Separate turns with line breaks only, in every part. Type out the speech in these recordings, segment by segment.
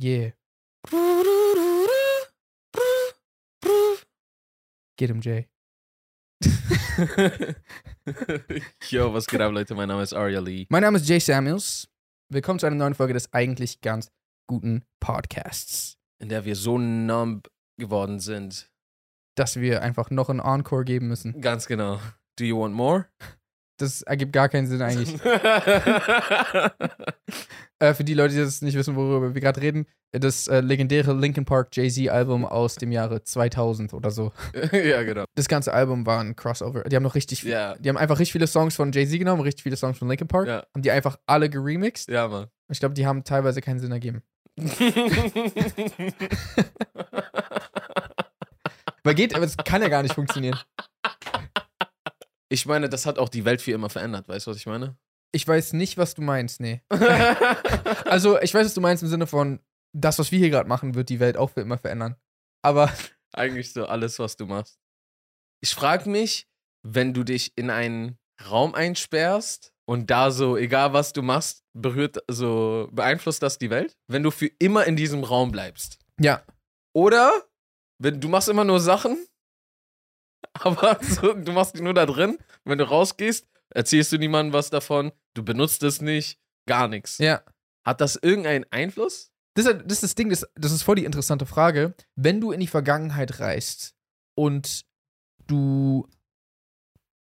Yeah. Get him, Jay.
Yo, was geht ab, Leute? Mein Name ist Arya Lee.
Mein Name ist Jay Samuels. Willkommen zu einer neuen Folge des eigentlich ganz guten Podcasts.
In der wir so numb geworden sind.
Dass wir einfach noch ein Encore geben müssen.
Ganz genau. Do you want more?
Das ergibt gar keinen Sinn eigentlich. äh, für die Leute, die das nicht wissen, worüber wir gerade reden, das äh, legendäre Linkin Park Jay-Z-Album aus dem Jahre 2000 oder so.
ja, genau.
Das ganze Album war ein Crossover. Die haben noch richtig viel.
Ja,
Die haben einfach richtig viele Songs von Jay-Z genommen, richtig viele Songs von Linkin Park.
Ja.
Haben die einfach alle geremixed.
ja, Mann.
Ich glaube, die haben teilweise keinen Sinn ergeben. Weil geht, aber es kann ja gar nicht funktionieren.
ich meine, das hat auch die Welt für immer verändert. Weißt du, was ich meine?
Ich weiß nicht, was du meinst, nee. Also, ich weiß, was du meinst im Sinne von, das, was wir hier gerade machen, wird die Welt auch für immer verändern. Aber
Eigentlich so alles, was du machst. Ich frage mich, wenn du dich in einen Raum einsperrst und da so, egal was du machst, berührt, so beeinflusst das die Welt? Wenn du für immer in diesem Raum bleibst.
ja,
Oder wenn du machst immer nur Sachen, aber so, du machst die nur da drin. Wenn du rausgehst, erzählst du niemandem was davon, du benutzt es nicht, gar nichts.
ja.
Hat das irgendeinen Einfluss?
Das ist, das ist das Ding, das, das ist voll die interessante Frage. Wenn du in die Vergangenheit reist und du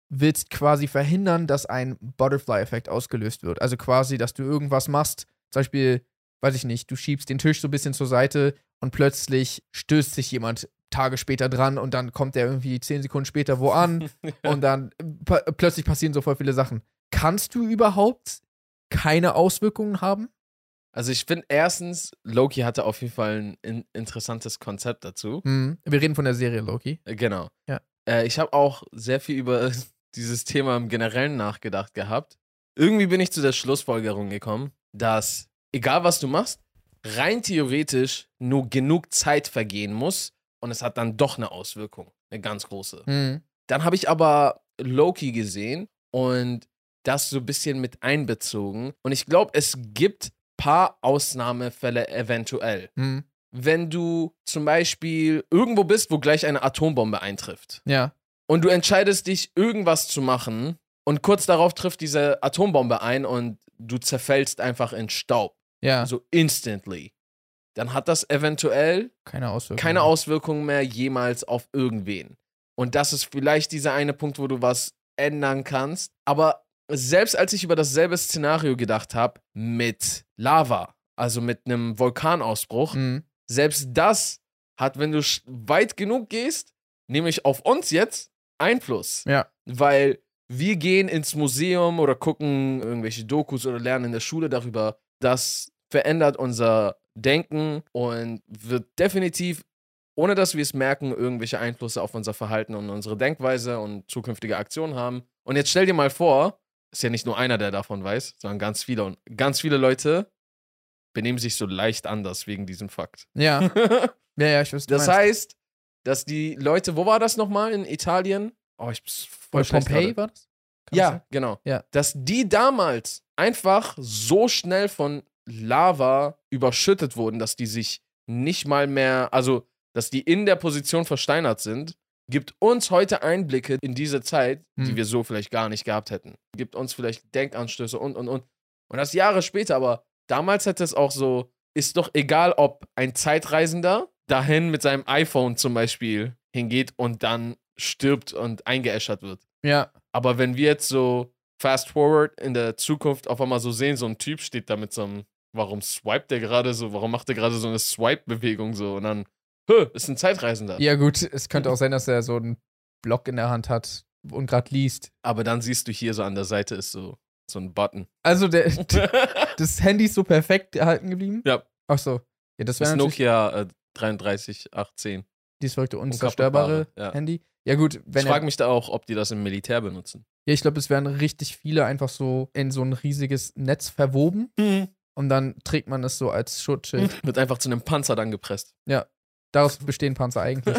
willst quasi verhindern, dass ein Butterfly-Effekt ausgelöst wird, also quasi, dass du irgendwas machst, zum Beispiel, weiß ich nicht, du schiebst den Tisch so ein bisschen zur Seite und plötzlich stößt sich jemand Tage später dran und dann kommt der irgendwie zehn Sekunden später wo an und dann pa plötzlich passieren so voll viele Sachen. Kannst du überhaupt keine Auswirkungen haben?
Also ich finde erstens, Loki hatte auf jeden Fall ein in interessantes Konzept dazu.
Hm. Wir reden von der Serie Loki.
Äh, Genau.
Ja.
Äh, ich habe auch sehr viel über dieses Thema im Generellen nachgedacht gehabt. Irgendwie bin ich zu der Schlussfolgerung gekommen, dass egal was du machst, rein theoretisch nur genug Zeit vergehen muss und es hat dann doch eine Auswirkung, eine ganz große.
Hm.
Dann habe ich aber Loki gesehen und das so ein bisschen mit einbezogen. Und ich glaube, es gibt paar Ausnahmefälle eventuell.
Hm.
Wenn du zum Beispiel irgendwo bist, wo gleich eine Atombombe eintrifft
Ja.
und du entscheidest dich, irgendwas zu machen und kurz darauf trifft diese Atombombe ein und du zerfällst einfach in Staub,
Ja.
so instantly, dann hat das eventuell
keine Auswirkungen.
keine Auswirkungen mehr jemals auf irgendwen. Und das ist vielleicht dieser eine Punkt, wo du was ändern kannst. Aber selbst als ich über dasselbe Szenario gedacht habe, mit Lava, also mit einem Vulkanausbruch,
Mhm.
selbst das hat, wenn du sch- weit genug gehst, nämlich auf uns jetzt, Einfluss.
Ja.
Weil wir gehen ins Museum oder gucken irgendwelche Dokus oder lernen in der Schule darüber. Das verändert unser Denken und wird definitiv, ohne dass wir es merken, irgendwelche Einflüsse auf unser Verhalten und unsere Denkweise und zukünftige Aktionen haben. Und jetzt stell dir mal vor, ist ja nicht nur einer, der davon weiß, sondern ganz viele. Und ganz viele Leute benehmen sich so leicht anders wegen diesem Fakt.
Ja. Ja, ja, ich weiß.
Das heißt, dass die Leute, wo war das nochmal in Italien? Oh, ich bin voll
Voll
schlecht
Pompeii
gerade.
war das? Kann das sein?
Ja, genau.
Ja.
Dass die damals einfach so schnell von Lava überschüttet wurden, dass die sich nicht mal mehr, also dass die in der Position versteinert sind, gibt uns heute Einblicke in diese Zeit,
Hm.
die wir so vielleicht gar nicht gehabt hätten. Gibt uns vielleicht Denkanstöße und, und, und. Und das Jahre später, aber damals hätte es auch so, ist doch egal, ob ein Zeitreisender dahin mit seinem iPhone zum Beispiel hingeht und dann stirbt und eingeäschert wird.
Ja.
Aber wenn wir jetzt so fast forward in der Zukunft auf einmal so sehen, so ein Typ steht da mit so einem, warum swiped der gerade so, warum macht der gerade so eine Swipe-Bewegung so und dann, hö, ist ein Zeitreisender.
Ja, gut. Es könnte auch sein, dass er so einen Block in der Hand hat und gerade liest.
Aber dann siehst du hier so an der Seite ist so, so ein Button.
Also, der, das Handy ist so perfekt erhalten geblieben.
Ja.
Ach so. Ja, das
Das ist
wäre natürlich
Nokia äh, 33810.
dieses verrückte unzerstörbare
Unkaputtbare, ja.
Handy. Ja, gut.
Ich
Wenn er,
frage mich da auch, ob die das im Militär benutzen.
ja, ich glaube, es werden richtig viele einfach so in so ein riesiges Netz verwoben und dann trägt man es so als Schutzschild.
Wird einfach zu einem Panzer dann gepresst.
Daraus bestehen Panzer eigentlich.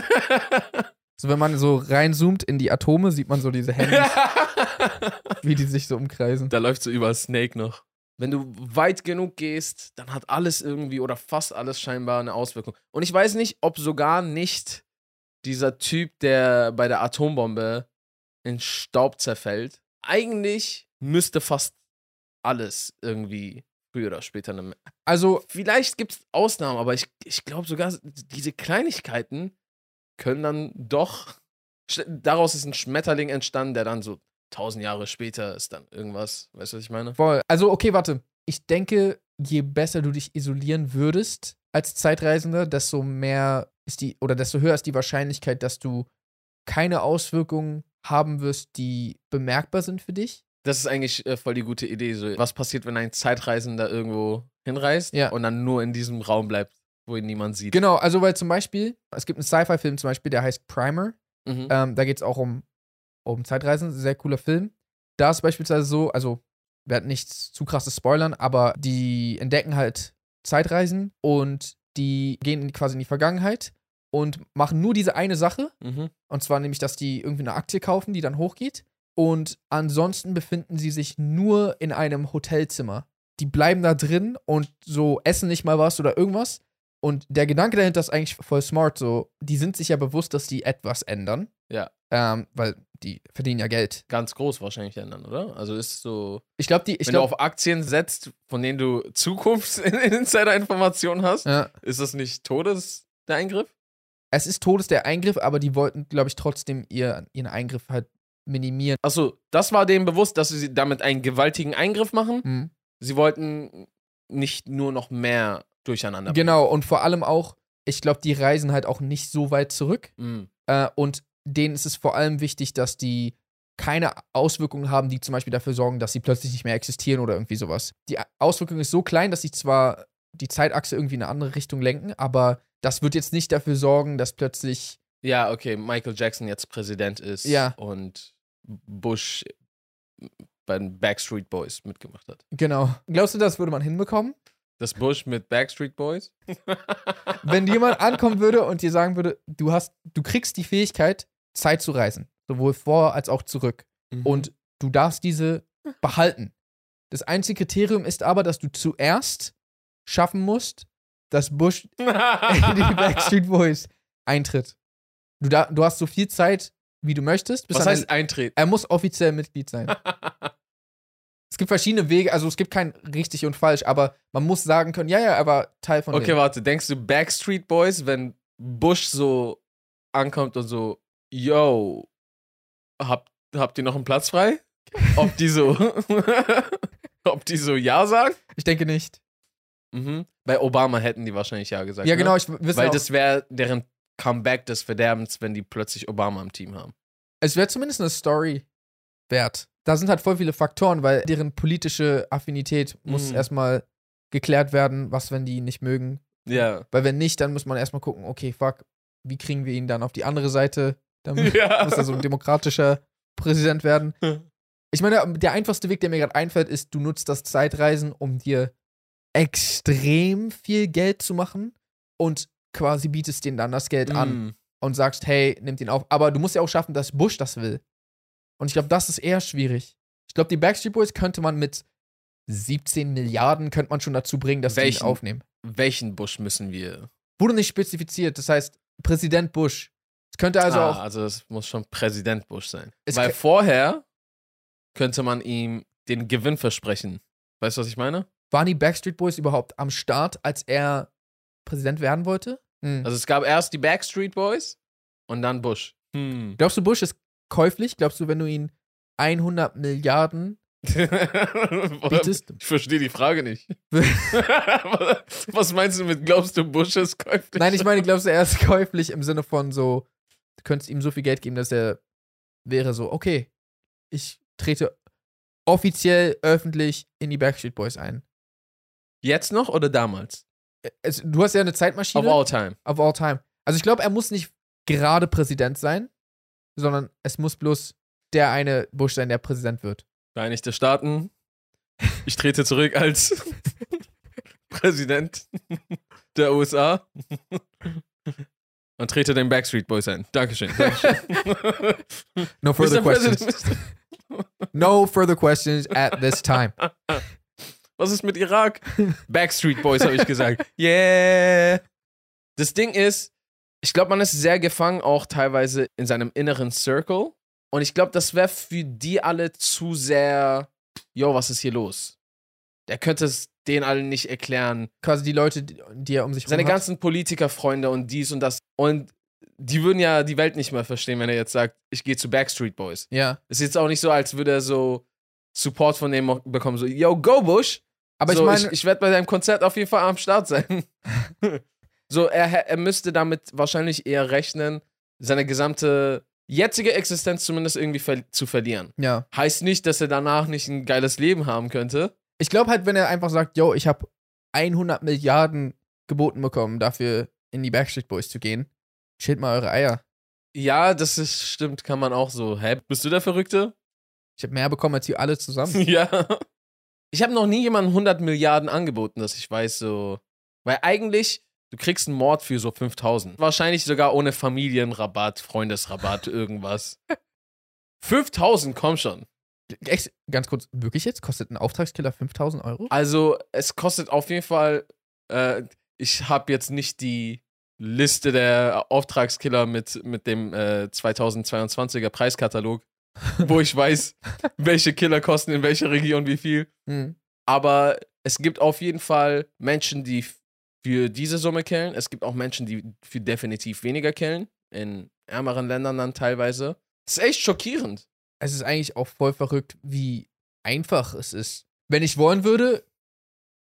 So, wenn man so reinzoomt in die Atome, sieht man so diese Handys,
da
wie die sich so umkreisen.
läuft so überall Snake noch. Wenn du weit genug gehst, dann hat alles irgendwie oder fast alles scheinbar eine Auswirkung. Und ich weiß nicht, ob sogar nicht dieser Typ, der bei der Atombombe in Staub zerfällt, eigentlich müsste fast alles irgendwie früher oder später eine
Also,
vielleicht gibt es Ausnahmen, aber ich, ich glaube sogar, diese Kleinigkeiten können dann doch. Sch- Daraus ist ein Schmetterling entstanden, der dann so tausend Jahre später ist dann irgendwas. Weißt du, was ich meine?
Voll. Also, okay, warte. Ich denke, je besser du dich isolieren würdest als Zeitreisender, desto mehr ist die, oder desto höher ist die Wahrscheinlichkeit, dass du keine Auswirkungen haben wirst, die bemerkbar sind für dich.
Das ist eigentlich äh, voll die gute Idee. So, was passiert, wenn ein Zeitreisender irgendwo hinreist
Ja.
und dann nur in diesem Raum bleibt, wo ihn niemand sieht?
Genau, also weil zum Beispiel, es gibt einen Sci-Fi-Film zum Beispiel, der heißt Primer.
Mhm.
Ähm, da geht es auch um, um Zeitreisen, sehr cooler Film. Da ist beispielsweise so, also wir werden nichts zu krasses spoilern, aber die entdecken halt Zeitreisen und die gehen in- quasi in die Vergangenheit und machen nur diese eine Sache,
Mhm.
und zwar nämlich, dass die irgendwie eine Aktie kaufen, die dann hochgeht. Und ansonsten befinden sie sich nur in einem Hotelzimmer. Die bleiben da drin und so essen nicht mal was oder irgendwas. Und der Gedanke dahinter ist eigentlich voll smart. So, die sind sich ja bewusst, dass die etwas ändern.
Ja.
Ähm, weil die verdienen ja Geld.
Ganz groß wahrscheinlich ändern, oder? Also ist so.
Ich glaube, die. Ich
wenn
glaub,
du auf Aktien setzt, von denen du Zukunfts-Insider-Informationen hast,
ja,
Ist das nicht Todes der Eingriff?
es ist Todes der Eingriff, aber die wollten, glaube ich, trotzdem ihr, ihren Eingriff halt minimieren.
Achso, das war denen bewusst, dass sie damit einen gewaltigen Eingriff machen.
Mhm.
Sie wollten nicht nur noch mehr durcheinander.
Genau, und vor allem auch, ich glaube, die reisen halt auch nicht so weit zurück.
bringen. Mhm.
Äh, und denen ist es vor allem wichtig, dass die keine Auswirkungen haben, die zum Beispiel dafür sorgen, dass sie plötzlich nicht mehr existieren oder irgendwie sowas. Die A- Auswirkung ist so klein, dass sie zwar die Zeitachse irgendwie in eine andere Richtung lenken, aber das wird jetzt nicht dafür sorgen, dass plötzlich.
Mm. Ja, okay, Michael Jackson jetzt Präsident ist
Ja.
und Bush bei den Backstreet Boys mitgemacht hat.
Genau. Glaubst du, das würde man hinbekommen?
Das Bush mit Backstreet Boys?
Wenn jemand ankommen würde und dir sagen würde, du hast, du kriegst die Fähigkeit, Zeit zu reisen, sowohl vor als auch zurück. und du darfst diese behalten. Das einzige Kriterium ist aber, dass du zuerst schaffen musst, dass Bush
die
in die Backstreet Boys eintritt. Du, da, du hast so viel Zeit, wie du möchtest. bis
Was
an-
heißt Eintritt?
er muss offiziell Mitglied sein. es gibt verschiedene Wege, also es gibt kein richtig und falsch, aber man muss sagen können, ja, ja, er war Teil von
Okay,
denen.
warte, denkst du Backstreet Boys, wenn Bush so ankommt und so, yo, hab, habt ihr noch einen Platz frei? Ob die so, ob die so Ja sagen?
Ich denke nicht.
Mhm. Bei Obama hätten die wahrscheinlich Ja gesagt.
Ja, genau,
Ne?
ich w- wissen
Weil
auch-
das wäre deren Comeback des Verderbens, wenn die plötzlich Obama im Team haben.
Es wäre zumindest eine Story wert. Da sind halt voll viele Faktoren, weil deren politische Affinität muss
Mhm.
erstmal geklärt werden, was, wenn die ihn nicht mögen.
Ja.
Weil wenn nicht, dann muss man erstmal gucken, okay, fuck, wie kriegen wir ihn dann auf die andere Seite? Dann
ja.
muss er so ein demokratischer Präsident werden. Ich meine, der einfachste Weg, der mir gerade einfällt, ist, du nutzt das Zeitreisen, um dir extrem viel Geld zu machen und quasi bietest denen dann das Geld an
Mhm.
und sagst, hey, nimmt ihn auf. Aber du musst ja auch schaffen, dass Bush das will. Und ich glaube, das ist eher schwierig. Ich glaube, die Backstreet Boys könnte man mit 17 Milliarden könnte man schon dazu bringen, dass die
Welchen?
ihn aufnehmen.
Welchen Bush müssen wir?
Wurde nicht spezifiziert, das heißt Präsident Bush. Es könnte also
ah,
auch
also das muss schon Präsident Bush sein.
Es
Weil
kö-
vorher könnte man ihm den Gewinn versprechen. Weißt du, was ich meine?
waren die Backstreet Boys überhaupt am Start, als er Präsident werden wollte? Hm.
Also es gab erst die Backstreet Boys und dann Bush. Hm.
Glaubst du, Bush ist käuflich? Glaubst du, wenn du ihn 100 Milliarden bietest?
ich verstehe die Frage nicht. was meinst du mit, glaubst du, Bush ist käuflich?
Nein, ich meine, glaubst du, er ist käuflich im Sinne von so, du könntest ihm so viel Geld geben, dass er wäre so, okay, ich trete offiziell, öffentlich in die Backstreet Boys ein.
Jetzt noch oder damals?
Es, also, du hast ja eine Zeitmaschine.
Of all time.
Of all time. Also ich glaube, er muss nicht gerade Präsident sein, sondern es muss bloß der eine Bush sein, der Präsident wird.
Vereinigte Staaten. Ich trete zurück als Präsident der USA und trete den Backstreet Boys ein. Dankeschön. Dankeschön.
No further questions. No further questions at this time.
Was ist mit Irak? Backstreet Boys, habe ich gesagt. Yeah. Das Ding ist, ich glaube, man ist sehr gefangen, auch teilweise in seinem inneren Circle. Und ich glaube, das wäre für die alle zu sehr, yo, was ist hier los? Der könnte es den allen nicht erklären.
Quasi die Leute, die, die er um sich
Seine
rum hat.
ganzen Politikerfreunde und dies und das. Und die würden ja die Welt nicht mehr verstehen, wenn er jetzt sagt, ich gehe zu Backstreet Boys.
Ja.
Ist jetzt auch nicht so, als würde er so Support von dem bekommen, so, yo, go Bush.
Aber
so,
ich meine,
ich, werde bei deinem Konzert auf jeden Fall am Start sein. so, er, hä- er müsste damit wahrscheinlich eher rechnen, seine gesamte jetzige Existenz zumindest irgendwie ver zu verlieren.
ja.
Heißt nicht, dass er danach nicht ein geiles Leben haben könnte.
Ich glaube halt, wenn er einfach sagt, yo, ich habe 100 Milliarden geboten bekommen, dafür in die Backstreet Boys zu gehen. Chillt mal eure Eier.
Ja, das ist stimmt, kann man auch so. Hä, bist du der Verrückte?
Ich habe mehr bekommen als ihr alle zusammen.
ja. Ich habe noch nie jemandem 100 Milliarden angeboten, dass ich weiß, so. Weil eigentlich, du kriegst einen Mord für so 5000. Wahrscheinlich sogar ohne Familienrabatt, Freundesrabatt, irgendwas. 5000, komm schon.
Echt, ganz kurz, wirklich jetzt? Kostet ein Auftragskiller 5000 Euro?
Also, es kostet auf jeden Fall. Äh, ich habe jetzt nicht die Liste der Auftragskiller mit, mit dem äh, 2022er Preiskatalog, wo ich weiß, welche Killer kosten in welcher Region wie viel.
Hm.
Aber es gibt auf jeden Fall Menschen, die f- für diese Summe killen. Es gibt auch Menschen, die für definitiv weniger killen. In ärmeren Ländern dann teilweise. Das ist echt schockierend.
Es ist eigentlich auch voll verrückt, wie einfach es ist. Wenn ich wollen würde,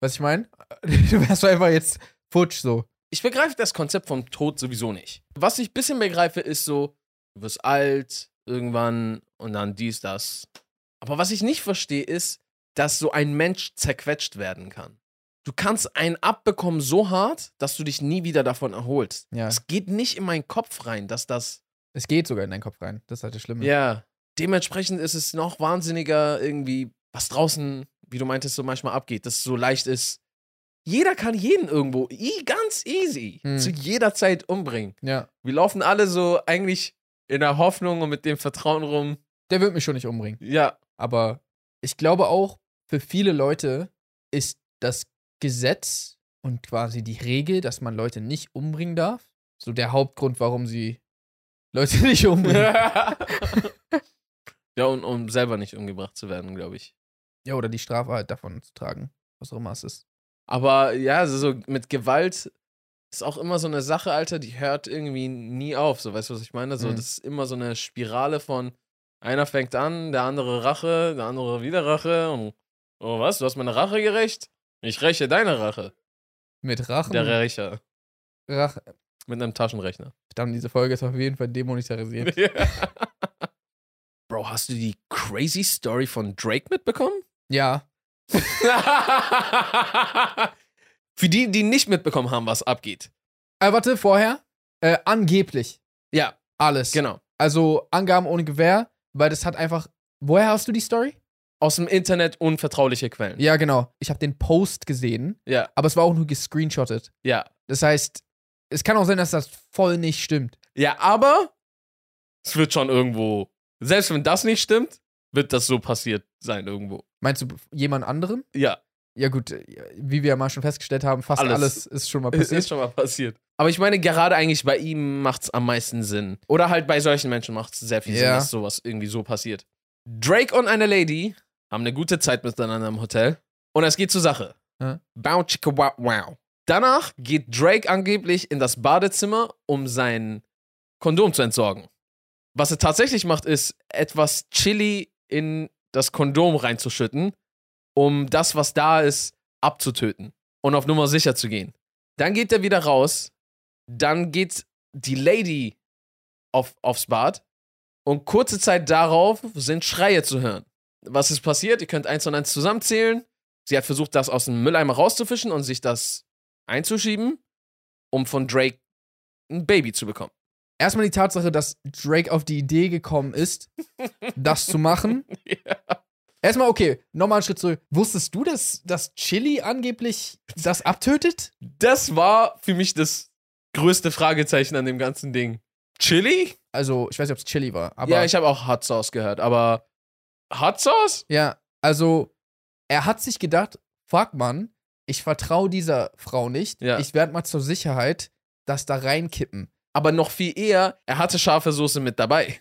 was ich meine, du wärst doch einfach jetzt futsch so.
Ich begreife das Konzept vom Tod sowieso nicht. Was ich ein bisschen begreife, ist so, du wirst alt, irgendwann und dann dies, das. Aber was ich nicht verstehe, ist, dass so ein Mensch zerquetscht werden kann. Du kannst einen abbekommen so hart, dass du dich nie wieder davon erholst.
Ja.
Es geht nicht in meinen Kopf rein, dass das
Es geht sogar in deinen Kopf rein. Das ist halt das Schlimme.
Ja. Dementsprechend ist es noch wahnsinniger, irgendwie, was draußen, wie du meintest, so manchmal abgeht, dass es so leicht ist. Jeder kann jeden irgendwo, i- ganz easy,
Hm.
zu jeder Zeit umbringen.
ja.
Wir laufen alle so eigentlich in der Hoffnung und mit dem Vertrauen rum.
Der wird mich schon nicht umbringen.
Ja,
Aber ich glaube auch, für viele Leute ist das Gesetz und quasi die Regel, dass man Leute nicht umbringen darf, so der Hauptgrund, warum sie Leute nicht umbringen.
ja, und um selber nicht umgebracht zu werden, glaube ich.
ja, oder die Strafe halt davon zu tragen, was auch immer es ist.
Aber ja, so, so mit Gewalt ist auch immer so eine Sache, Alter, die hört irgendwie nie auf. So, weißt du, was ich meine? So,
Mhm.
das ist immer so eine Spirale von einer fängt an, der andere Rache, der andere wieder Rache und oh was, du hast meine Rache gerecht? Ich räche deine Rache.
Mit Rachen.
Der Rächer.
Rach
Mit einem Taschenrechner.
Verdammt, diese Folge ist auf jeden Fall demonetarisiert.
Bro, hast du die crazy Story von Drake mitbekommen?
ja,
Für die, die nicht mitbekommen haben, was abgeht.
äh, warte, vorher. Äh, angeblich
Ja,
alles.
genau.
Also Angaben ohne Gewehr, weil das hat einfach. Woher hast du die Story?
Aus dem Internet unvertrauliche Quellen.
Ja, genau. Ich habe den Post gesehen,
Ja,
aber es war auch nur gescreenshottet.
ja.
Das heißt, es kann auch sein, dass das voll nicht stimmt.
Ja, aber es wird schon irgendwo. Selbst wenn das nicht stimmt, wird das so passiert sein irgendwo.
Meinst du jemand anderem?
Ja,
Ja gut, äh, wie wir ja mal schon festgestellt haben, fast
Alles.
alles, ist schon mal
es
passiert.
ist schon mal passiert. Aber ich meine, gerade eigentlich bei ihm macht es am meisten Sinn. Oder halt bei solchen Menschen macht es sehr viel Sinn,
Ja.
dass sowas irgendwie so passiert. Drake und eine Lady haben eine gute Zeit miteinander im Hotel. Und es geht zur Sache.
Ja.
Bow, chicka, wow, wow. Danach geht Drake angeblich in das Badezimmer, um sein Kondom zu entsorgen. Was er tatsächlich macht, ist etwas Chili in das Kondom reinzuschütten, um das, was da ist, abzutöten und auf Nummer sicher zu gehen. Dann geht er wieder raus, dann geht die Lady auf, aufs Bad und kurze Zeit darauf sind Schreie zu hören. Was ist passiert? Ihr könnt eins und eins zusammenzählen. Sie hat versucht, das aus dem Mülleimer rauszufischen und sich das einzuschieben, um von Drake ein Baby zu bekommen.
Erstmal die Tatsache, dass Drake auf die Idee gekommen ist, das zu machen.
Ja.
Erstmal, okay, nochmal einen Schritt zurück. Wusstest du, dass, dass Chili angeblich das abtötet?
Das war für mich das größte Fragezeichen an dem ganzen Ding. Chili?
Also, ich weiß nicht, ob es Chili war, aber.
ja, ich habe auch Hot Sauce gehört, aber Hot Sauce?
ja, also, er hat sich gedacht, fuck man, ich vertraue dieser Frau nicht.
Ja.
Ich werde mal zur Sicherheit das da reinkippen.
Aber noch viel eher, er hatte scharfe Soße mit dabei.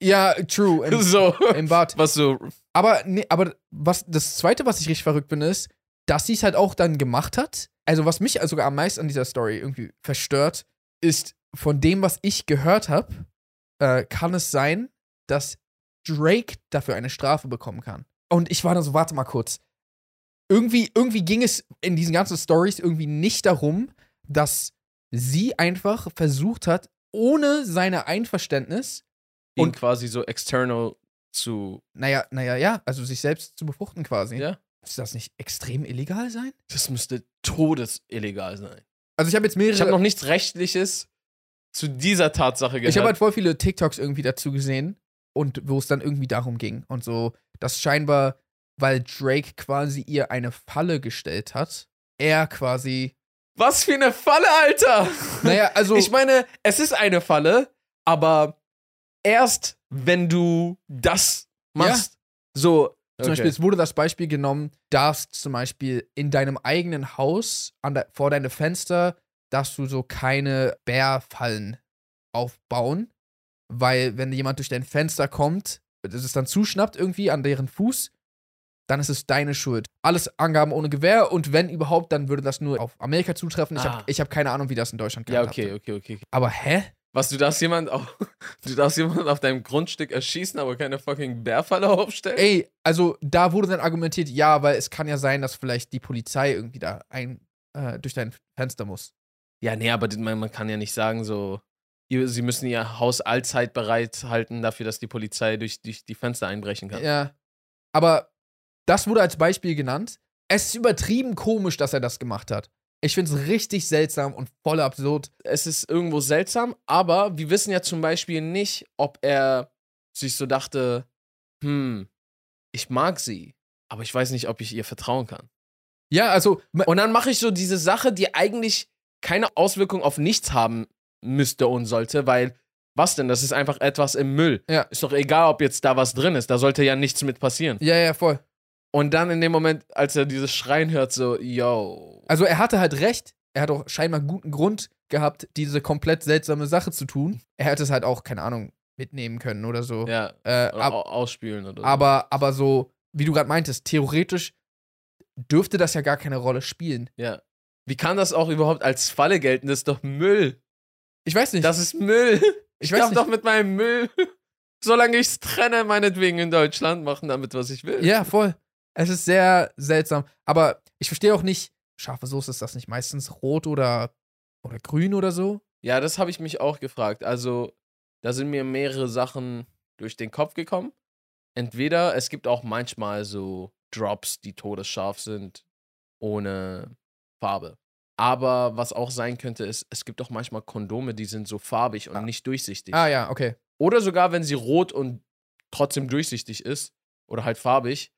Ja, true, im,
So,
im Bad.
was so,
Aber, nee, aber was, das Zweite, was ich richtig verrückt bin, ist, dass sie es halt auch dann gemacht hat. Also, was mich also sogar am meisten an dieser Story irgendwie verstört, ist, von dem, was ich gehört habe, äh, kann es sein, dass Drake dafür eine Strafe bekommen kann. Und ich war dann so, warte mal kurz. Irgendwie, irgendwie ging es in diesen ganzen Stories irgendwie nicht darum, dass sie einfach versucht hat, ohne seine Einverständnis
ihn
Und-
quasi so external zu,
Naja, naja, ja, also sich selbst zu befruchten quasi.
Ja.
Muss das nicht extrem illegal sein?
das müsste todesillegal sein.
Also ich habe jetzt mehrere.
Ich habe noch nichts Rechtliches zu dieser Tatsache gehört.
ich habe halt voll viele TikToks irgendwie dazu gesehen und wo es dann irgendwie darum ging und so, dass scheinbar, weil Drake quasi ihr eine Falle gestellt hat, er quasi.
was für eine Falle, Alter!
Naja, also
Ich meine, es ist eine Falle, aber erst wenn du das machst. So.
zum Beispiel, es wurde das Beispiel genommen, darfst zum Beispiel in deinem eigenen Haus an der, vor deine Fenster darfst du so keine Bärfallen aufbauen, weil wenn jemand durch dein Fenster kommt, das es dann zuschnappt irgendwie an deren Fuß, dann ist es deine Schuld. Alles Angaben ohne Gewähr und wenn überhaupt, dann würde das nur auf Amerika zutreffen. Ich
Ah.
habe ich hab keine Ahnung, wie das in Deutschland
ja,
gehandhabt
okay,
wird.
okay, okay.
Aber hä?
Was, du darfst jemanden auf, du darfst jemanden auf deinem Grundstück erschießen, aber keine fucking Bärfalle aufstellen?
Ey, also da wurde dann argumentiert, ja, weil es kann ja sein, dass vielleicht die Polizei irgendwie da ein, äh, durch dein Fenster muss.
Ja, nee, aber die- man, man kann ja nicht sagen, so, ihr, sie müssen ihr Haus allzeit bereithalten dafür, dass die Polizei durch, durch die Fenster einbrechen kann.
Ja. Aber das wurde als Beispiel genannt. Es ist übertrieben komisch, dass er das gemacht hat. Ich finde es richtig seltsam und voll absurd.
Es ist irgendwo seltsam, aber wir wissen ja zum Beispiel nicht, ob er sich so dachte, hm, ich mag sie, aber ich weiß nicht, ob ich ihr vertrauen kann.
Ja, also, ma-
Und dann mache ich so diese Sache, die eigentlich keine Auswirkung auf nichts haben müsste und sollte, weil was denn? Das ist einfach etwas im Müll.
Ja.
Ist doch egal, ob jetzt da was drin ist. Da sollte ja nichts mit passieren.
ja, ja, voll.
Und dann in dem Moment, als er dieses Schreien hört, so, yo.
Also, er hatte halt recht. Er hat auch scheinbar guten Grund gehabt, diese komplett seltsame Sache zu tun. Er hätte es halt auch, keine Ahnung, mitnehmen können oder so.
ja,
Äh,
oder
ab,
au- ausspülen oder so.
aber, aber so, wie du gerade meintest, theoretisch dürfte das ja gar keine Rolle spielen.
Ja. Wie kann das auch überhaupt als Falle gelten? Das ist doch Müll.
Ich weiß nicht.
Das ist Müll.
ich
Ich
weiß
darf
nicht.
doch mit meinem Müll, solange ich es trenne, meinetwegen in Deutschland machen damit, was ich will.
Ja, voll. Es ist sehr seltsam. Aber ich verstehe auch nicht, scharfe Soße ist das nicht meistens rot oder, oder grün oder so?
Ja, das habe ich mich auch gefragt. Also, da sind mir mehrere Sachen durch den Kopf gekommen. Entweder es gibt auch manchmal so Drops, die todesscharf sind, ohne Farbe. Aber was auch sein könnte, ist, es gibt auch manchmal Kondome, die sind so farbig und
Ah.
nicht durchsichtig.
Ah ja, okay.
Oder sogar, wenn sie rot und trotzdem durchsichtig ist oder halt farbig,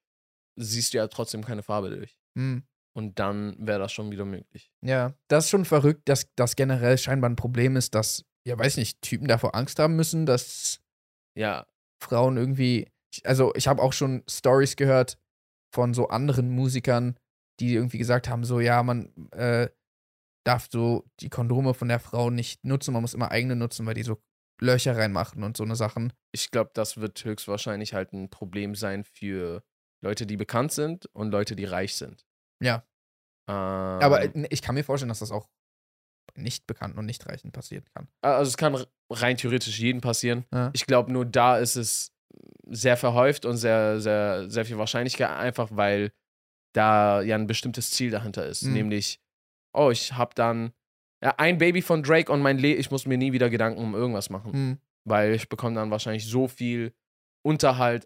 siehst du ja trotzdem keine Farbe durch.
Hm.
Und dann wäre das schon wieder möglich.
Ja, das ist schon verrückt, dass das generell scheinbar ein Problem ist, dass, ja, weiß nicht, Typen davor Angst haben müssen, dass
Ja,
Frauen irgendwie. Also, ich habe auch schon Stories gehört von so anderen Musikern, die irgendwie gesagt haben: so, ja, man äh, darf so die Kondome von der Frau nicht nutzen, man muss immer eigene nutzen, weil die so Löcher reinmachen und so eine Sachen.
ich glaube, das wird höchstwahrscheinlich halt ein Problem sein für Leute, die bekannt sind und Leute, die reich sind.
Ja.
Ähm,
Aber äh, ich kann mir vorstellen, dass das auch bei nicht bekannten und nicht reichen passieren kann.
also es kann r- rein theoretisch jedem passieren.
Ja.
Ich glaube, nur da ist es sehr verhäuft und sehr, sehr, sehr viel Wahrscheinlichkeit, einfach weil da ja ein bestimmtes Ziel dahinter ist.
Mhm.
Nämlich, oh, ich habe dann ja, ein Baby von Drake und mein Le ich muss mir nie wieder Gedanken um irgendwas machen.
Hm.
weil ich bekomme dann wahrscheinlich so viel Unterhalt,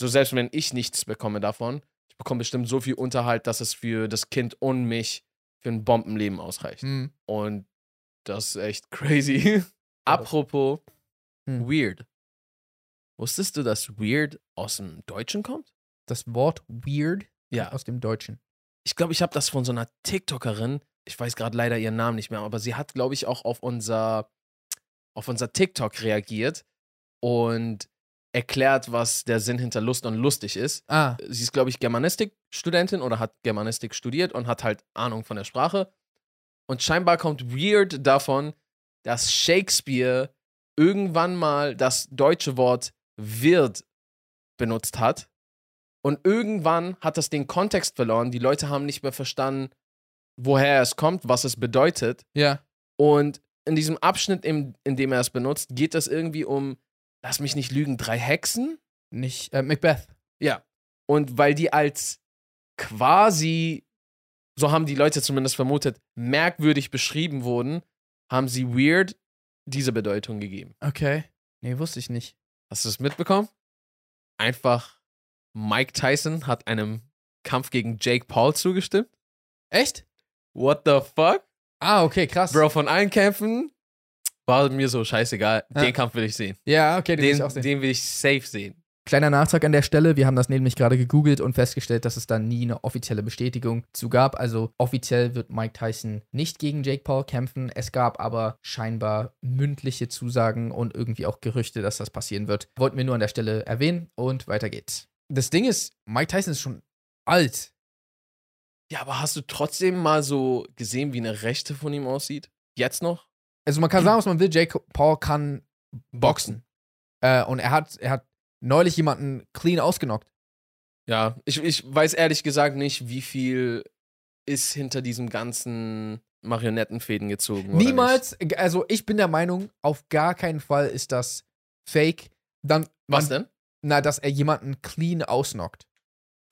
so selbst wenn ich nichts bekomme davon, ich bekomme bestimmt so viel Unterhalt, dass es für das Kind und mich für ein Bombenleben ausreicht.
Hm.
Und das ist echt crazy. Apropos
Hm.
weird. Wusstest du, dass weird aus dem Deutschen kommt?
Das Wort weird
Ja.
aus dem Deutschen.
Ich glaube, ich habe das von so einer TikTokerin, ich weiß gerade leider ihren Namen nicht mehr, aber sie hat, glaube ich, auch auf unser, auf unser TikTok reagiert und erklärt, was der Sinn hinter Lust und lustig ist.
Ah,
Sie ist, glaube ich, Germanistik-Studentin oder hat Germanistik studiert und hat halt Ahnung von der Sprache. Und scheinbar kommt Weird davon, dass Shakespeare irgendwann mal das deutsche Wort wird benutzt hat. Und irgendwann hat das den Kontext verloren. Die Leute haben nicht mehr verstanden, woher es kommt, was es bedeutet.
ja.
Und in diesem Abschnitt, in, in dem er es benutzt, geht es irgendwie um, lass mich nicht lügen, drei Hexen?
Nicht äh, Macbeth.
Ja. Und weil die als quasi, so haben die Leute zumindest vermutet, merkwürdig beschrieben wurden, haben sie weird diese Bedeutung gegeben.
Okay. Nee, wusste ich nicht.
Hast du es mitbekommen? Einfach Mike Tyson hat einem Kampf gegen Jake Paul zugestimmt.
Echt?
What the fuck?
Ah, okay, krass.
Bro, von allen Kämpfen war mir so scheißegal.
Ja.
Den Kampf will ich sehen.
Ja, okay, den, will ich
Den,
auch sehen.
den will ich safe sehen.
Kleiner Nachtrag an der Stelle, wir haben das nämlich gerade gegoogelt und festgestellt, dass es da nie eine offizielle Bestätigung zu gab. Also offiziell wird Mike Tyson nicht gegen Jake Paul kämpfen. Es gab aber scheinbar mündliche Zusagen und irgendwie auch Gerüchte, dass das passieren wird. Wollten wir nur an der Stelle erwähnen und weiter geht's. Das Ding ist, Mike Tyson ist schon alt.
Ja, aber hast du trotzdem mal so gesehen, wie eine Rechte von ihm aussieht? Jetzt noch?
Also man kann sagen, was man will, Jake Paul kann boxen. Äh, und er hat, er hat neulich jemanden clean ausgenockt.
Ja, ich, ich weiß ehrlich gesagt nicht, wie viel ist hinter diesem ganzen Marionettenfäden gezogen. oder
Niemals, also ich bin der Meinung, auf gar keinen Fall ist das fake. Dann,
Nicht. Was
man,
denn?
Na, dass er jemanden clean ausnockt.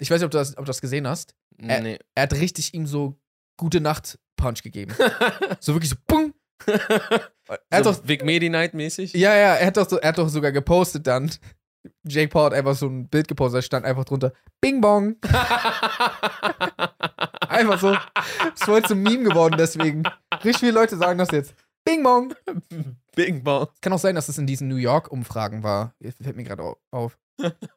Ich weiß nicht, ob du das, ob du das gesehen hast. Äh,
nee.
Er hat richtig ihm so gute Nacht Punch gegeben. so wirklich so, bung. Er hat
so
doch,
Big Medi Night mäßig?
ja, ja, er hat doch, so, er hat doch sogar gepostet dann. Jake Paul hat einfach so ein Bild gepostet, da stand einfach drunter, Bing Bong. Einfach so. Es ist voll zum Meme geworden deswegen. Richtig viele Leute sagen das jetzt. Bing Bong.
Bing Bong.
Kann auch sein, dass es in diesen New York-Umfragen war. Jetzt Fällt mir gerade au- auf.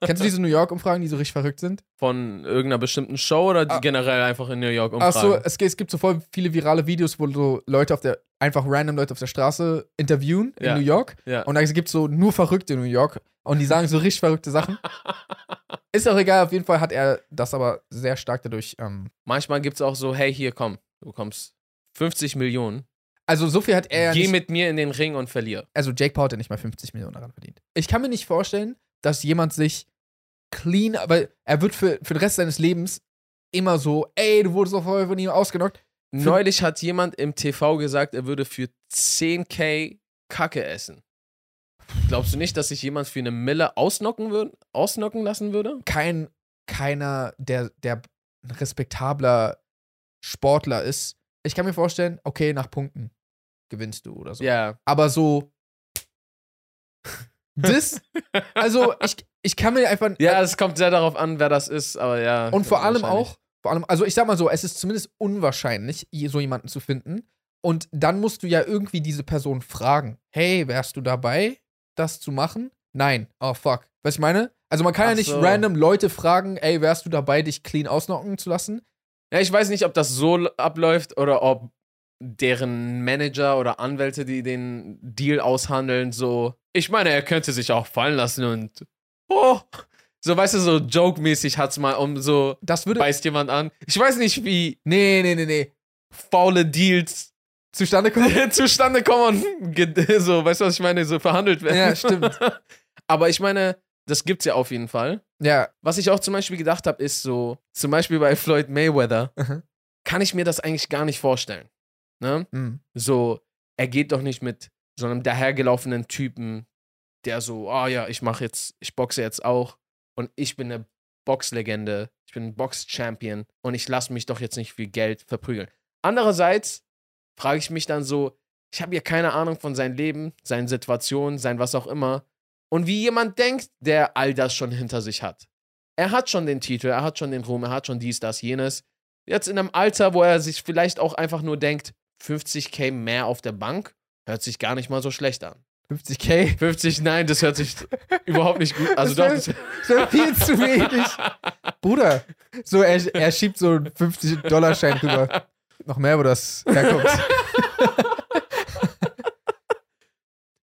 Kennst du diese New York-Umfragen, die so richtig verrückt sind?
Von irgendeiner bestimmten Show oder die
Ah.
generell einfach in New York umfragen?
Achso, es, ge- es gibt so voll viele virale Videos, wo so Leute auf der, einfach random Leute auf der Straße interviewen in
Ja.
New York.
Ja.
äh, Und da gibt es so nur Verrückte in New York. Und die sagen so richtig verrückte Sachen. Ist auch egal, auf jeden Fall hat er das aber sehr stark dadurch. Ähm,
Manchmal gibt es auch so, hey, hier, komm, du bekommst 50 Millionen.
also so viel hat er ja
Geh
nicht
mit mir in den Ring und verlier.
also Jake Paul hat ja nicht mal 50 Millionen daran verdient. Ich kann mir nicht vorstellen, dass jemand sich clean, weil er wird für, für den Rest seines Lebens immer so, ey, du wurdest doch vorher von ihm ausgenockt.
Neulich hat jemand im TV gesagt, er würde für 10k Kacke essen. Glaubst du nicht, dass sich jemand für eine Mille ausnocken, würd, ausnocken lassen würde?
Kein, keiner, der, der ein respektabler Sportler ist. Ich kann mir vorstellen, okay, nach Punkten gewinnst du oder so.
Ja.
Aber so, das, also ich, ich kann mir einfach, äh,
Ja, es kommt sehr darauf an, wer das ist, aber ja.
Und vor allem
Äh, wahrscheinlich.
auch, vor allem, also ich sag mal so, es ist zumindest unwahrscheinlich, je- so jemanden zu finden. Und dann musst du ja irgendwie diese Person fragen: Hey, wärst du dabei, das zu machen? Nein. Oh fuck. Weißt du, ich meine? Also man kann ja
Ach
nicht
so.
random Leute fragen, ey, wärst du dabei, dich clean ausnocken zu lassen?
Ja, ich weiß nicht, ob das so l- abläuft oder ob deren Manager oder Anwälte, die den Deal aushandeln, so. Ich meine, er könnte sich auch fallen lassen und. Oh! So, weißt du, so joke-mäßig hat's mal um so.
Das würde.
Beißt jemand an. Ich weiß nicht, wie
nee, nee, nee, nee.
faule Deals
Zustande kommen?
zustande kommen und ge- so, weißt du, was ich meine, so verhandelt werden.
ja, stimmt.
Aber ich meine, das gibt's ja auf jeden Fall.
Ja,
Was ich auch zum Beispiel gedacht habe, ist so, zum Beispiel bei Floyd Mayweather,
Mhm.
kann ich mir das eigentlich gar nicht vorstellen. Ne?
mm,
So, er geht doch nicht mit so einem dahergelaufenen Typen, der so, ah ja, ich mache jetzt, ich boxe jetzt auch und ich bin eine Boxlegende, ich bin ein Box-Champion und ich lasse mich doch jetzt nicht viel Geld verprügeln. Andererseits frage ich mich dann so, ich habe ja keine Ahnung von seinem Leben, seinen Situationen, sein was auch immer und wie jemand denkt, der all das schon hinter sich hat. Er hat schon den Titel, er hat schon den Ruhm, er hat schon dies, das, jenes. Jetzt in einem Alter, wo er sich vielleicht auch einfach nur denkt, 50k mehr auf der Bank hört sich gar nicht mal so schlecht an.
50k.
50, nein, das hört sich überhaupt nicht gut. Also doch,
Das
das,
Das wäre viel zu wenig. Bruder. So, er, er schiebt so einen 50-Dollar-Schein rüber. Noch mehr, wo das herkommt.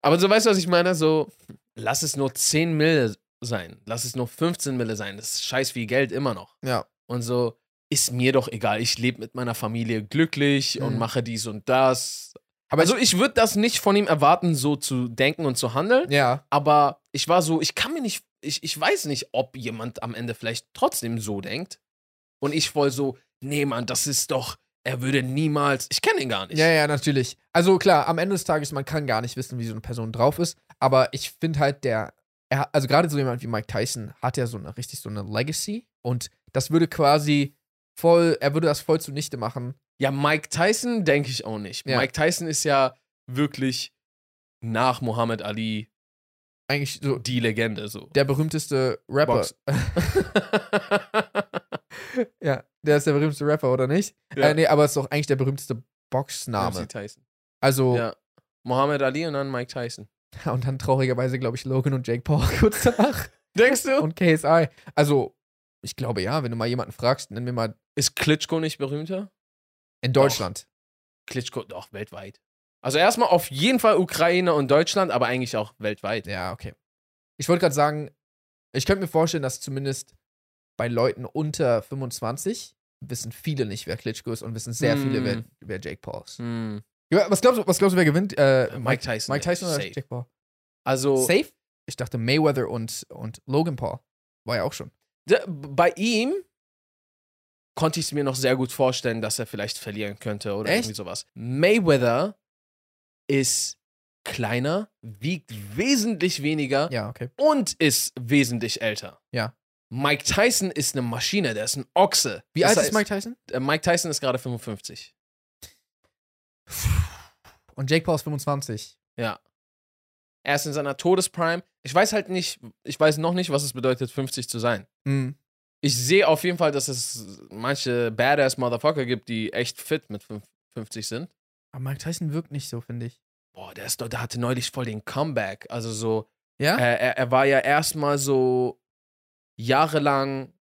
aber so weißt du, was ich meine? So, lass es nur 10 Mil sein. Lass es nur 15 Mille sein. Das ist scheiß viel Geld immer noch.
Ja.
Und so, ist mir doch egal. Ich lebe mit meiner Familie glücklich und
Mhm.
mache dies und das.
Aber
also ich würde das nicht von ihm erwarten, so zu denken und zu handeln.
Ja.
Aber ich war so, ich kann mir nicht, ich, ich weiß nicht, ob jemand am Ende vielleicht trotzdem so denkt. Und ich voll so, nee, Mann, das ist doch, er würde niemals, ich kenne ihn gar nicht.
Ja, ja, natürlich. Also klar, am Ende des Tages, man kann gar nicht wissen, wie so eine Person drauf ist, aber ich finde halt, der, er, hat- also gerade so jemand wie Mike Tyson hat ja so eine richtig so eine Legacy und das würde quasi voll, er würde das voll zunichte machen.
Ja, Mike Tyson denke ich auch nicht.
Ja.
Mike Tyson ist ja wirklich nach Muhammad Ali
Eigentlich so
die Legende so.
der berühmteste Rapper.
Box.
Ja, der ist der berühmteste Rapper, oder nicht?
Ja.
Äh, nee, aber ist doch eigentlich der berühmteste Boxname.
MC Tyson.
Also,
Ja. Muhammad Ali und dann Mike Tyson.
und dann traurigerweise, glaube ich, Logan und Jake Paul kurz danach
Denkst du?
und KSI. Also, ich glaube ja, wenn du mal jemanden fragst, nenn mir mal
ist Klitschko nicht berühmter?
in Deutschland.
Klitschko, doch, weltweit. Also erstmal auf jeden Fall Ukraine und Deutschland, aber eigentlich auch weltweit.
Ja, okay. Ich wollte gerade sagen, ich könnte mir vorstellen, dass zumindest bei Leuten unter 25 wissen viele nicht, wer Klitschko ist und wissen sehr
Hm.
viele, wer, wer Jake Paul ist.
Hm.
Mm. Ja, Was, glaubst, du- was glaubst du, wer gewinnt? Äh,
Mike
Mike,
Tyson.
Mike Tyson oder
safe.
Jake Paul?
Also
Safe? Ich dachte Mayweather und, und Logan Paul. War ja auch schon.
d- bei ihm konnte ich es mir noch sehr gut vorstellen, dass er vielleicht verlieren könnte oder
Echt?
irgendwie sowas. Mayweather ist kleiner, wiegt wesentlich weniger
Ja, okay.
und ist wesentlich älter.
Ja.
Mike Tyson ist eine Maschine, der ist ein Ochse.
Wie
Das
alt
heißt,
ist Mike Tyson?
äh, Mike Tyson ist gerade 55.
Und Jake Paul ist 25.
Ja. Er ist in seiner Todesprime. Ich weiß halt nicht, ich weiß noch nicht, was es bedeutet, 50 zu sein.
Hm.
Ich sehe auf jeden Fall, dass es manche badass Motherfucker gibt, die echt fit mit 5 50 sind.
Aber Mike Tyson wirkt nicht so, finde ich.
Boah, der, ist, doch- der hatte neulich voll den Comeback. Also so,
Ja?
äh, er, er war ja erstmal so jahrelang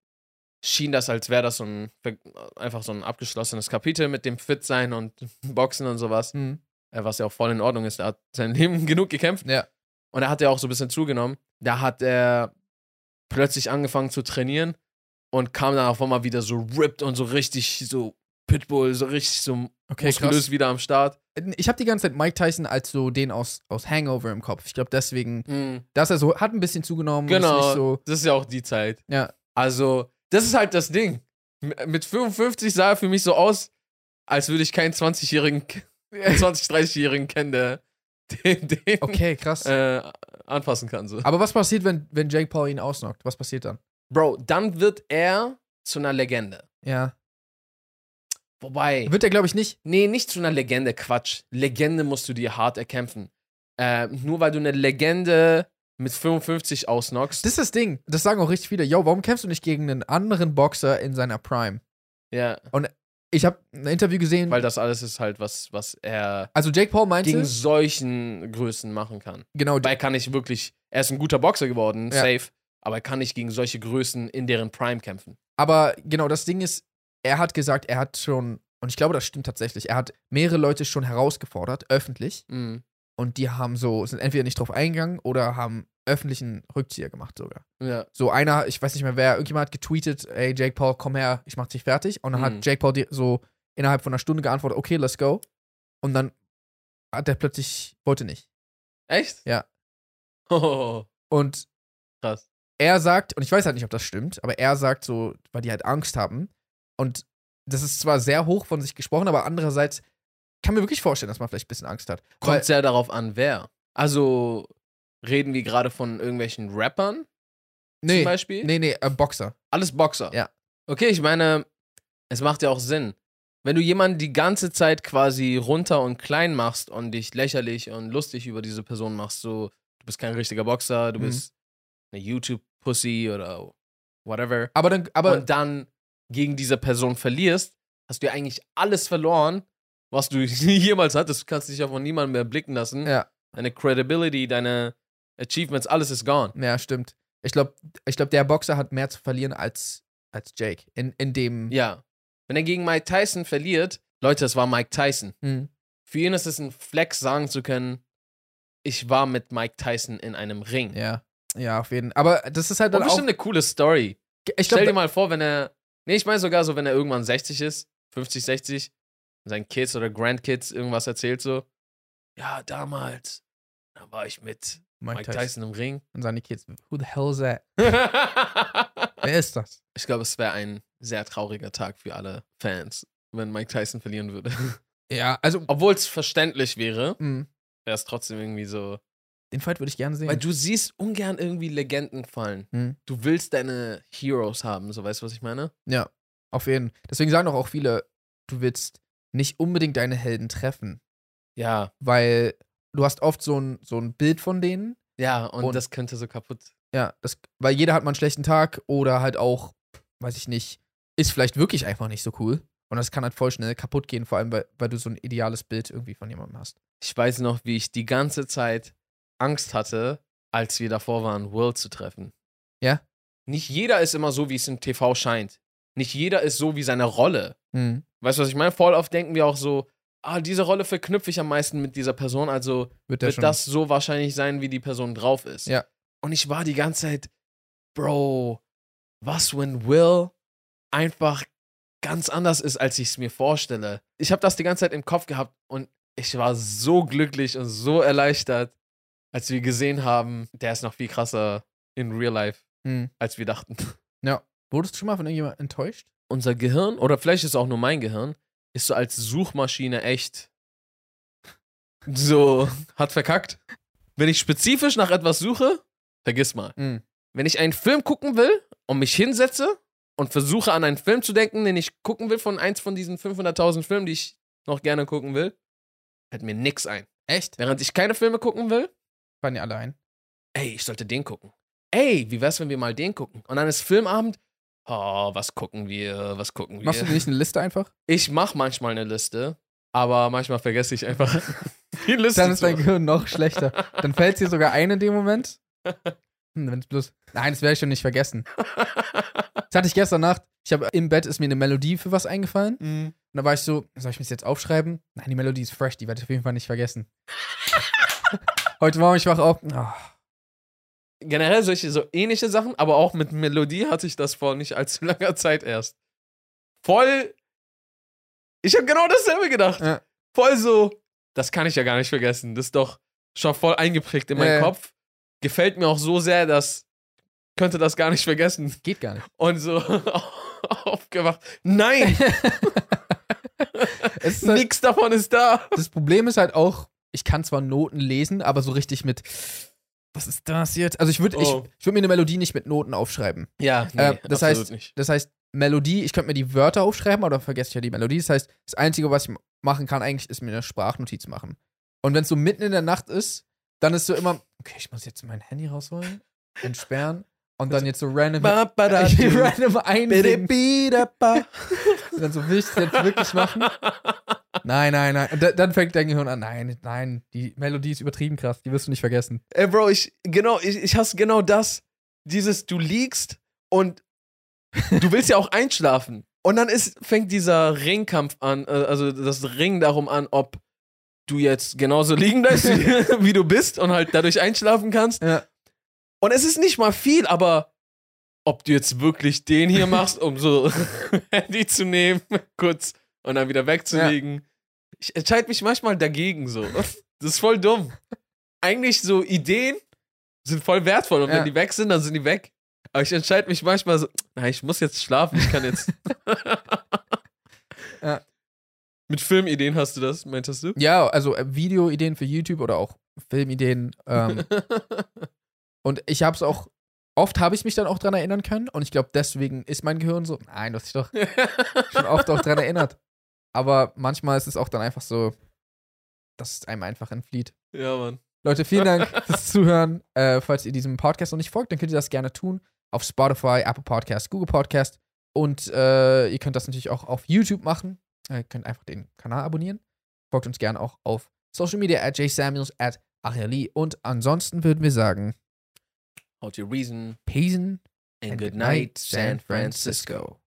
schien das, als wäre das so ein ver- einfach so ein abgeschlossenes Kapitel mit dem Fit-Sein und Boxen und sowas.
Hm.
Äh, was ja auch voll in Ordnung ist. Er hat sein Leben genug gekämpft.
Ja.
Und da hat er auch so ein bisschen zugenommen. Da hat er plötzlich angefangen zu trainieren und kam dann auf einmal wieder so ripped und so richtig so Pitbull, so richtig so
Okay,
muskulös wieder am Start.
Ich habe die ganze Zeit Mike Tyson als so den aus, aus Hangover im Kopf. Ich glaube, deswegen Dass er so hat ein bisschen zugenommen.
Genau.
Ist nicht so,
Das ist ja auch die Zeit.
ja,
Also, das ist halt das Ding. M- Mit 55 sah er für mich so aus, als würde ich keinen 20-jährigen, k- 20, 30-jährigen kennen, der den, den
okay, krass.
äh, anfassen kann. So.
Aber was passiert, wenn, wenn Jake Paul ihn ausnockt? Was passiert dann?
Bro, dann wird er zu einer Legende.
Ja.
Wobei.
Wird er, glaube ich, nicht.
Nee, nicht zu einer Legende, Quatsch. Legende musst du dir hart erkämpfen. Äh, nur weil du eine Legende mit 55 ausnockst.
Das ist das Ding. Das sagen auch richtig viele. Yo, warum kämpfst du nicht gegen einen anderen Boxer in seiner Prime?
ja,
Ich habe ein Interview gesehen.
weil das alles ist halt, was, was er
also Jake Paul meinte,
gegen solchen Größen machen kann.
genau,
Weil er kann nicht wirklich, er ist ein guter Boxer geworden,
Ja.
safe, aber er kann nicht gegen solche Größen in deren Prime kämpfen.
aber genau das Ding ist, er hat gesagt, er hat schon, und ich glaube, das stimmt tatsächlich, er hat mehrere Leute schon herausgefordert, öffentlich,
Mhm.
und die haben so, sind entweder nicht drauf eingegangen oder haben öffentlichen Rückzieher gemacht sogar.
Ja.
So einer, ich weiß nicht mehr wer, irgendjemand hat getweetet, ey Jake Paul, komm her, ich mach dich fertig. Und dann
Mhm.
hat Jake Paul di- so innerhalb von einer Stunde geantwortet, okay, let's go. Und dann hat der plötzlich, wollte nicht.
Echt?
Ja.
Oh,
Und
krass.
er sagt, und ich weiß halt nicht, ob das stimmt, aber er sagt so, weil die halt Angst haben. Und das ist zwar sehr hoch von sich gesprochen, aber andererseits kann mir wirklich vorstellen, dass man vielleicht ein bisschen Angst hat. Weil-
Kommt sehr darauf an, wer. Also, reden wir gerade von irgendwelchen Rappern zum
Nee,
Beispiel?
nee, nee, äh, Boxer.
Alles Boxer.
Ja.
Okay, ich meine, es macht ja auch Sinn. Wenn du jemanden die ganze Zeit quasi runter und klein machst und dich lächerlich und lustig über diese Person machst, so, du bist kein richtiger Boxer, du
Mhm.
bist eine YouTube-Pussy oder whatever,
Aber dann, aber
und dann gegen diese Person verlierst, hast du ja eigentlich alles verloren, was du jemals hattest. Du kannst dich ja von niemandem mehr blicken lassen.
Ja.
Deine Credibility, deine Achievements, alles ist gone.
ja, stimmt. Ich glaube, ich glaub, der Boxer hat mehr zu verlieren als, als Jake. In, in dem.
Ja. Wenn er gegen Mike Tyson verliert, Leute, es war Mike Tyson.
Mhm.
Für ihn ist es ein Flex, sagen zu können, ich war mit Mike Tyson in einem Ring.
ja. Ja, auf jeden Fall. Aber das ist halt
Das
dann
ist
auch.
bestimmt eine coole Story.
Ich
Stell dir
glaube,
mal vor, wenn er. Nee, ich meine sogar so, wenn er irgendwann 60 ist, 50, 60, und seinen Kids oder Grandkids irgendwas erzählt so. Ja, damals. Da war ich mit
Mike
Mike
Tyson.
Tyson im Ring.
Und seine Kids. Who the hell is that?
ich
Wer ist das?
glaube, es wäre ein sehr trauriger Tag für alle Fans, wenn Mike Tyson verlieren würde.
Ja, also.
Obwohl es verständlich wäre,
mh,
wäre es trotzdem irgendwie so.
den Fight würde ich gerne sehen.
Weil du siehst ungern irgendwie Legenden fallen.
Hm.
Du willst deine Heroes haben, so weißt du, was ich meine?
Ja, auf jeden Fall. Deswegen sagen doch auch viele, du willst nicht unbedingt deine Helden treffen,
Ja.
weil du hast oft so ein, so ein Bild von denen.
Ja, und,
Und-
das könnte so kaputt.
Ja, das, weil jeder hat mal einen schlechten Tag oder halt auch, weiß ich nicht, ist vielleicht wirklich einfach nicht so cool. Und das kann halt voll schnell kaputt gehen, vor allem, weil, weil du so ein ideales Bild irgendwie von jemandem hast.
Ich weiß noch, wie ich die ganze Zeit Angst hatte, als wir davor waren, Will zu treffen.
Ja.
Nicht jeder ist immer so, wie es im TV scheint. Nicht jeder ist so wie seine Rolle.
Hm.
Weißt du, was ich meine? Voll oft denken wir auch so, ah, diese Rolle verknüpfe ich am meisten mit dieser Person, also
Wird der
wird
schon.
das so wahrscheinlich sein, wie die Person drauf ist.
Ja.
Und ich war die ganze Zeit, Bro, was, wenn Will einfach ganz anders ist, als ich es mir vorstelle. Ich habe das die ganze Zeit im Kopf gehabt und ich war so glücklich und so erleichtert, als wir gesehen haben, der ist noch viel krasser in Real Life,
Mhm.
als wir dachten.
Wurdest du schon mal von irgendjemandem enttäuscht?
Unser Gehirn, oder vielleicht ist es auch nur mein Gehirn, ist so als Suchmaschine echt so, hat verkackt. Wenn ich spezifisch nach etwas suche, vergiss mal.
Mhm.
Wenn ich einen Film gucken will und mich hinsetze und versuche an einen Film zu denken, den ich gucken will von eins von diesen 500.000 Filmen, die ich noch gerne gucken will, fällt mir nix ein.
Echt?
Während ich keine Filme gucken will,
Fallen dir alle ein.
ey, ich sollte den gucken. Ey, wie wär's, wenn wir mal den gucken? Und dann ist Filmabend, oh, was gucken wir, was gucken wir?
Machst du dir nicht eine Liste einfach?
ich mach manchmal eine Liste, aber manchmal vergesse ich einfach die Liste.
Dann ist
zu
dein
machen.
Gehirn noch schlechter. Dann fällt dir sogar ein in dem Moment. Hm, wenn's bloß. Nein, das werde ich schon nicht vergessen. Das hatte ich gestern Nacht. Ich habe im Bett ist mir eine Melodie für was eingefallen. Und da war ich so, soll ich mir das jetzt aufschreiben? Nein, die Melodie ist fresh, die werde ich auf jeden Fall nicht vergessen. Heute Morgen, ich wache auf. ah,
Generell solche so ähnliche Sachen, aber auch mit Melodie hatte ich das vor nicht allzu langer Zeit erst. Voll. Ich habe genau dasselbe gedacht.
Ja.
Voll so. Das kann ich ja gar nicht vergessen. Das ist doch schon voll eingeprägt in meinen
Ja, ja.
Kopf. Gefällt mir auch so sehr, dass könnte das gar nicht vergessen.
geht gar nicht.
Und so aufgewacht. Nein,
Es ist halt,
nichts davon ist da.
das Problem ist halt auch, ich kann zwar Noten lesen, aber so richtig mit. Was ist das jetzt? Also ich würde
Oh.
ich, ich würd mir eine Melodie nicht mit Noten aufschreiben.
Ja,
Äh, das heißt,
absolut nicht.
Das heißt, Melodie, ich könnte mir die Wörter aufschreiben, aber dann vergesse ich ja die Melodie. Das heißt, das Einzige, was ich m- machen kann, eigentlich, ist mir eine Sprachnotiz machen. Und wenn es so mitten in der Nacht ist, dann ist so immer, okay, ich muss jetzt mein Handy rausholen, entsperren und dann jetzt so random,
Ba, ba, da, du.
random einsingen.
Bidibidaba.
Und dann so, will ich das jetzt wirklich machen? Nein, nein, nein. Und da, dann fängt dein Gehirn an, nein, nein, die Melodie ist übertrieben krass, die wirst du nicht vergessen.
Ey, Bro, ich, genau, ich, ich hasse genau das. Dieses, du liegst und du willst ja auch einschlafen. Und dann ist, fängt dieser Ringkampf an, äh, also das Ringen darum an, ob du jetzt genauso liegen bleibst, wie, wie du bist und halt dadurch einschlafen kannst.
Ja.
Und es ist nicht mal viel, aber ob du jetzt wirklich den hier machst, um so Handy zu nehmen, kurz und dann wieder wegzulegen. Ich entscheide mich manchmal dagegen so. Das ist voll dumm. Eigentlich so Ideen sind voll wertvoll und
Ja.
wenn die weg sind, dann sind die weg. Aber ich entscheide mich manchmal so, nein, ich muss jetzt schlafen, ich kann jetzt.
Ja.
Mit Filmideen hast du das, meintest du?
Ja, also äh, Videoideen für YouTube oder auch Filmideen. Ähm, und ich habe es auch, oft habe ich mich dann auch dran erinnern können. Und ich glaube, deswegen ist mein Gehirn so, nein, du hast dich doch schon oft auch dran erinnert. Aber manchmal ist es auch dann einfach so, dass es einem einfach entflieht.
ja, Mann.
Leute, vielen Dank fürs Zuhören. Äh, falls ihr diesem Podcast noch nicht folgt, dann könnt ihr das gerne tun. Auf Spotify, Apple Podcast, Google Podcast. Und äh, ihr könnt das natürlich auch auf YouTube machen. Äh, Ihr könnt einfach den Kanal abonnieren. Folgt uns gerne auch auf Social Media at jsamuels at Arieli. Und ansonsten würden wir sagen,
Hold your reason
Peace
and good night, San Francisco.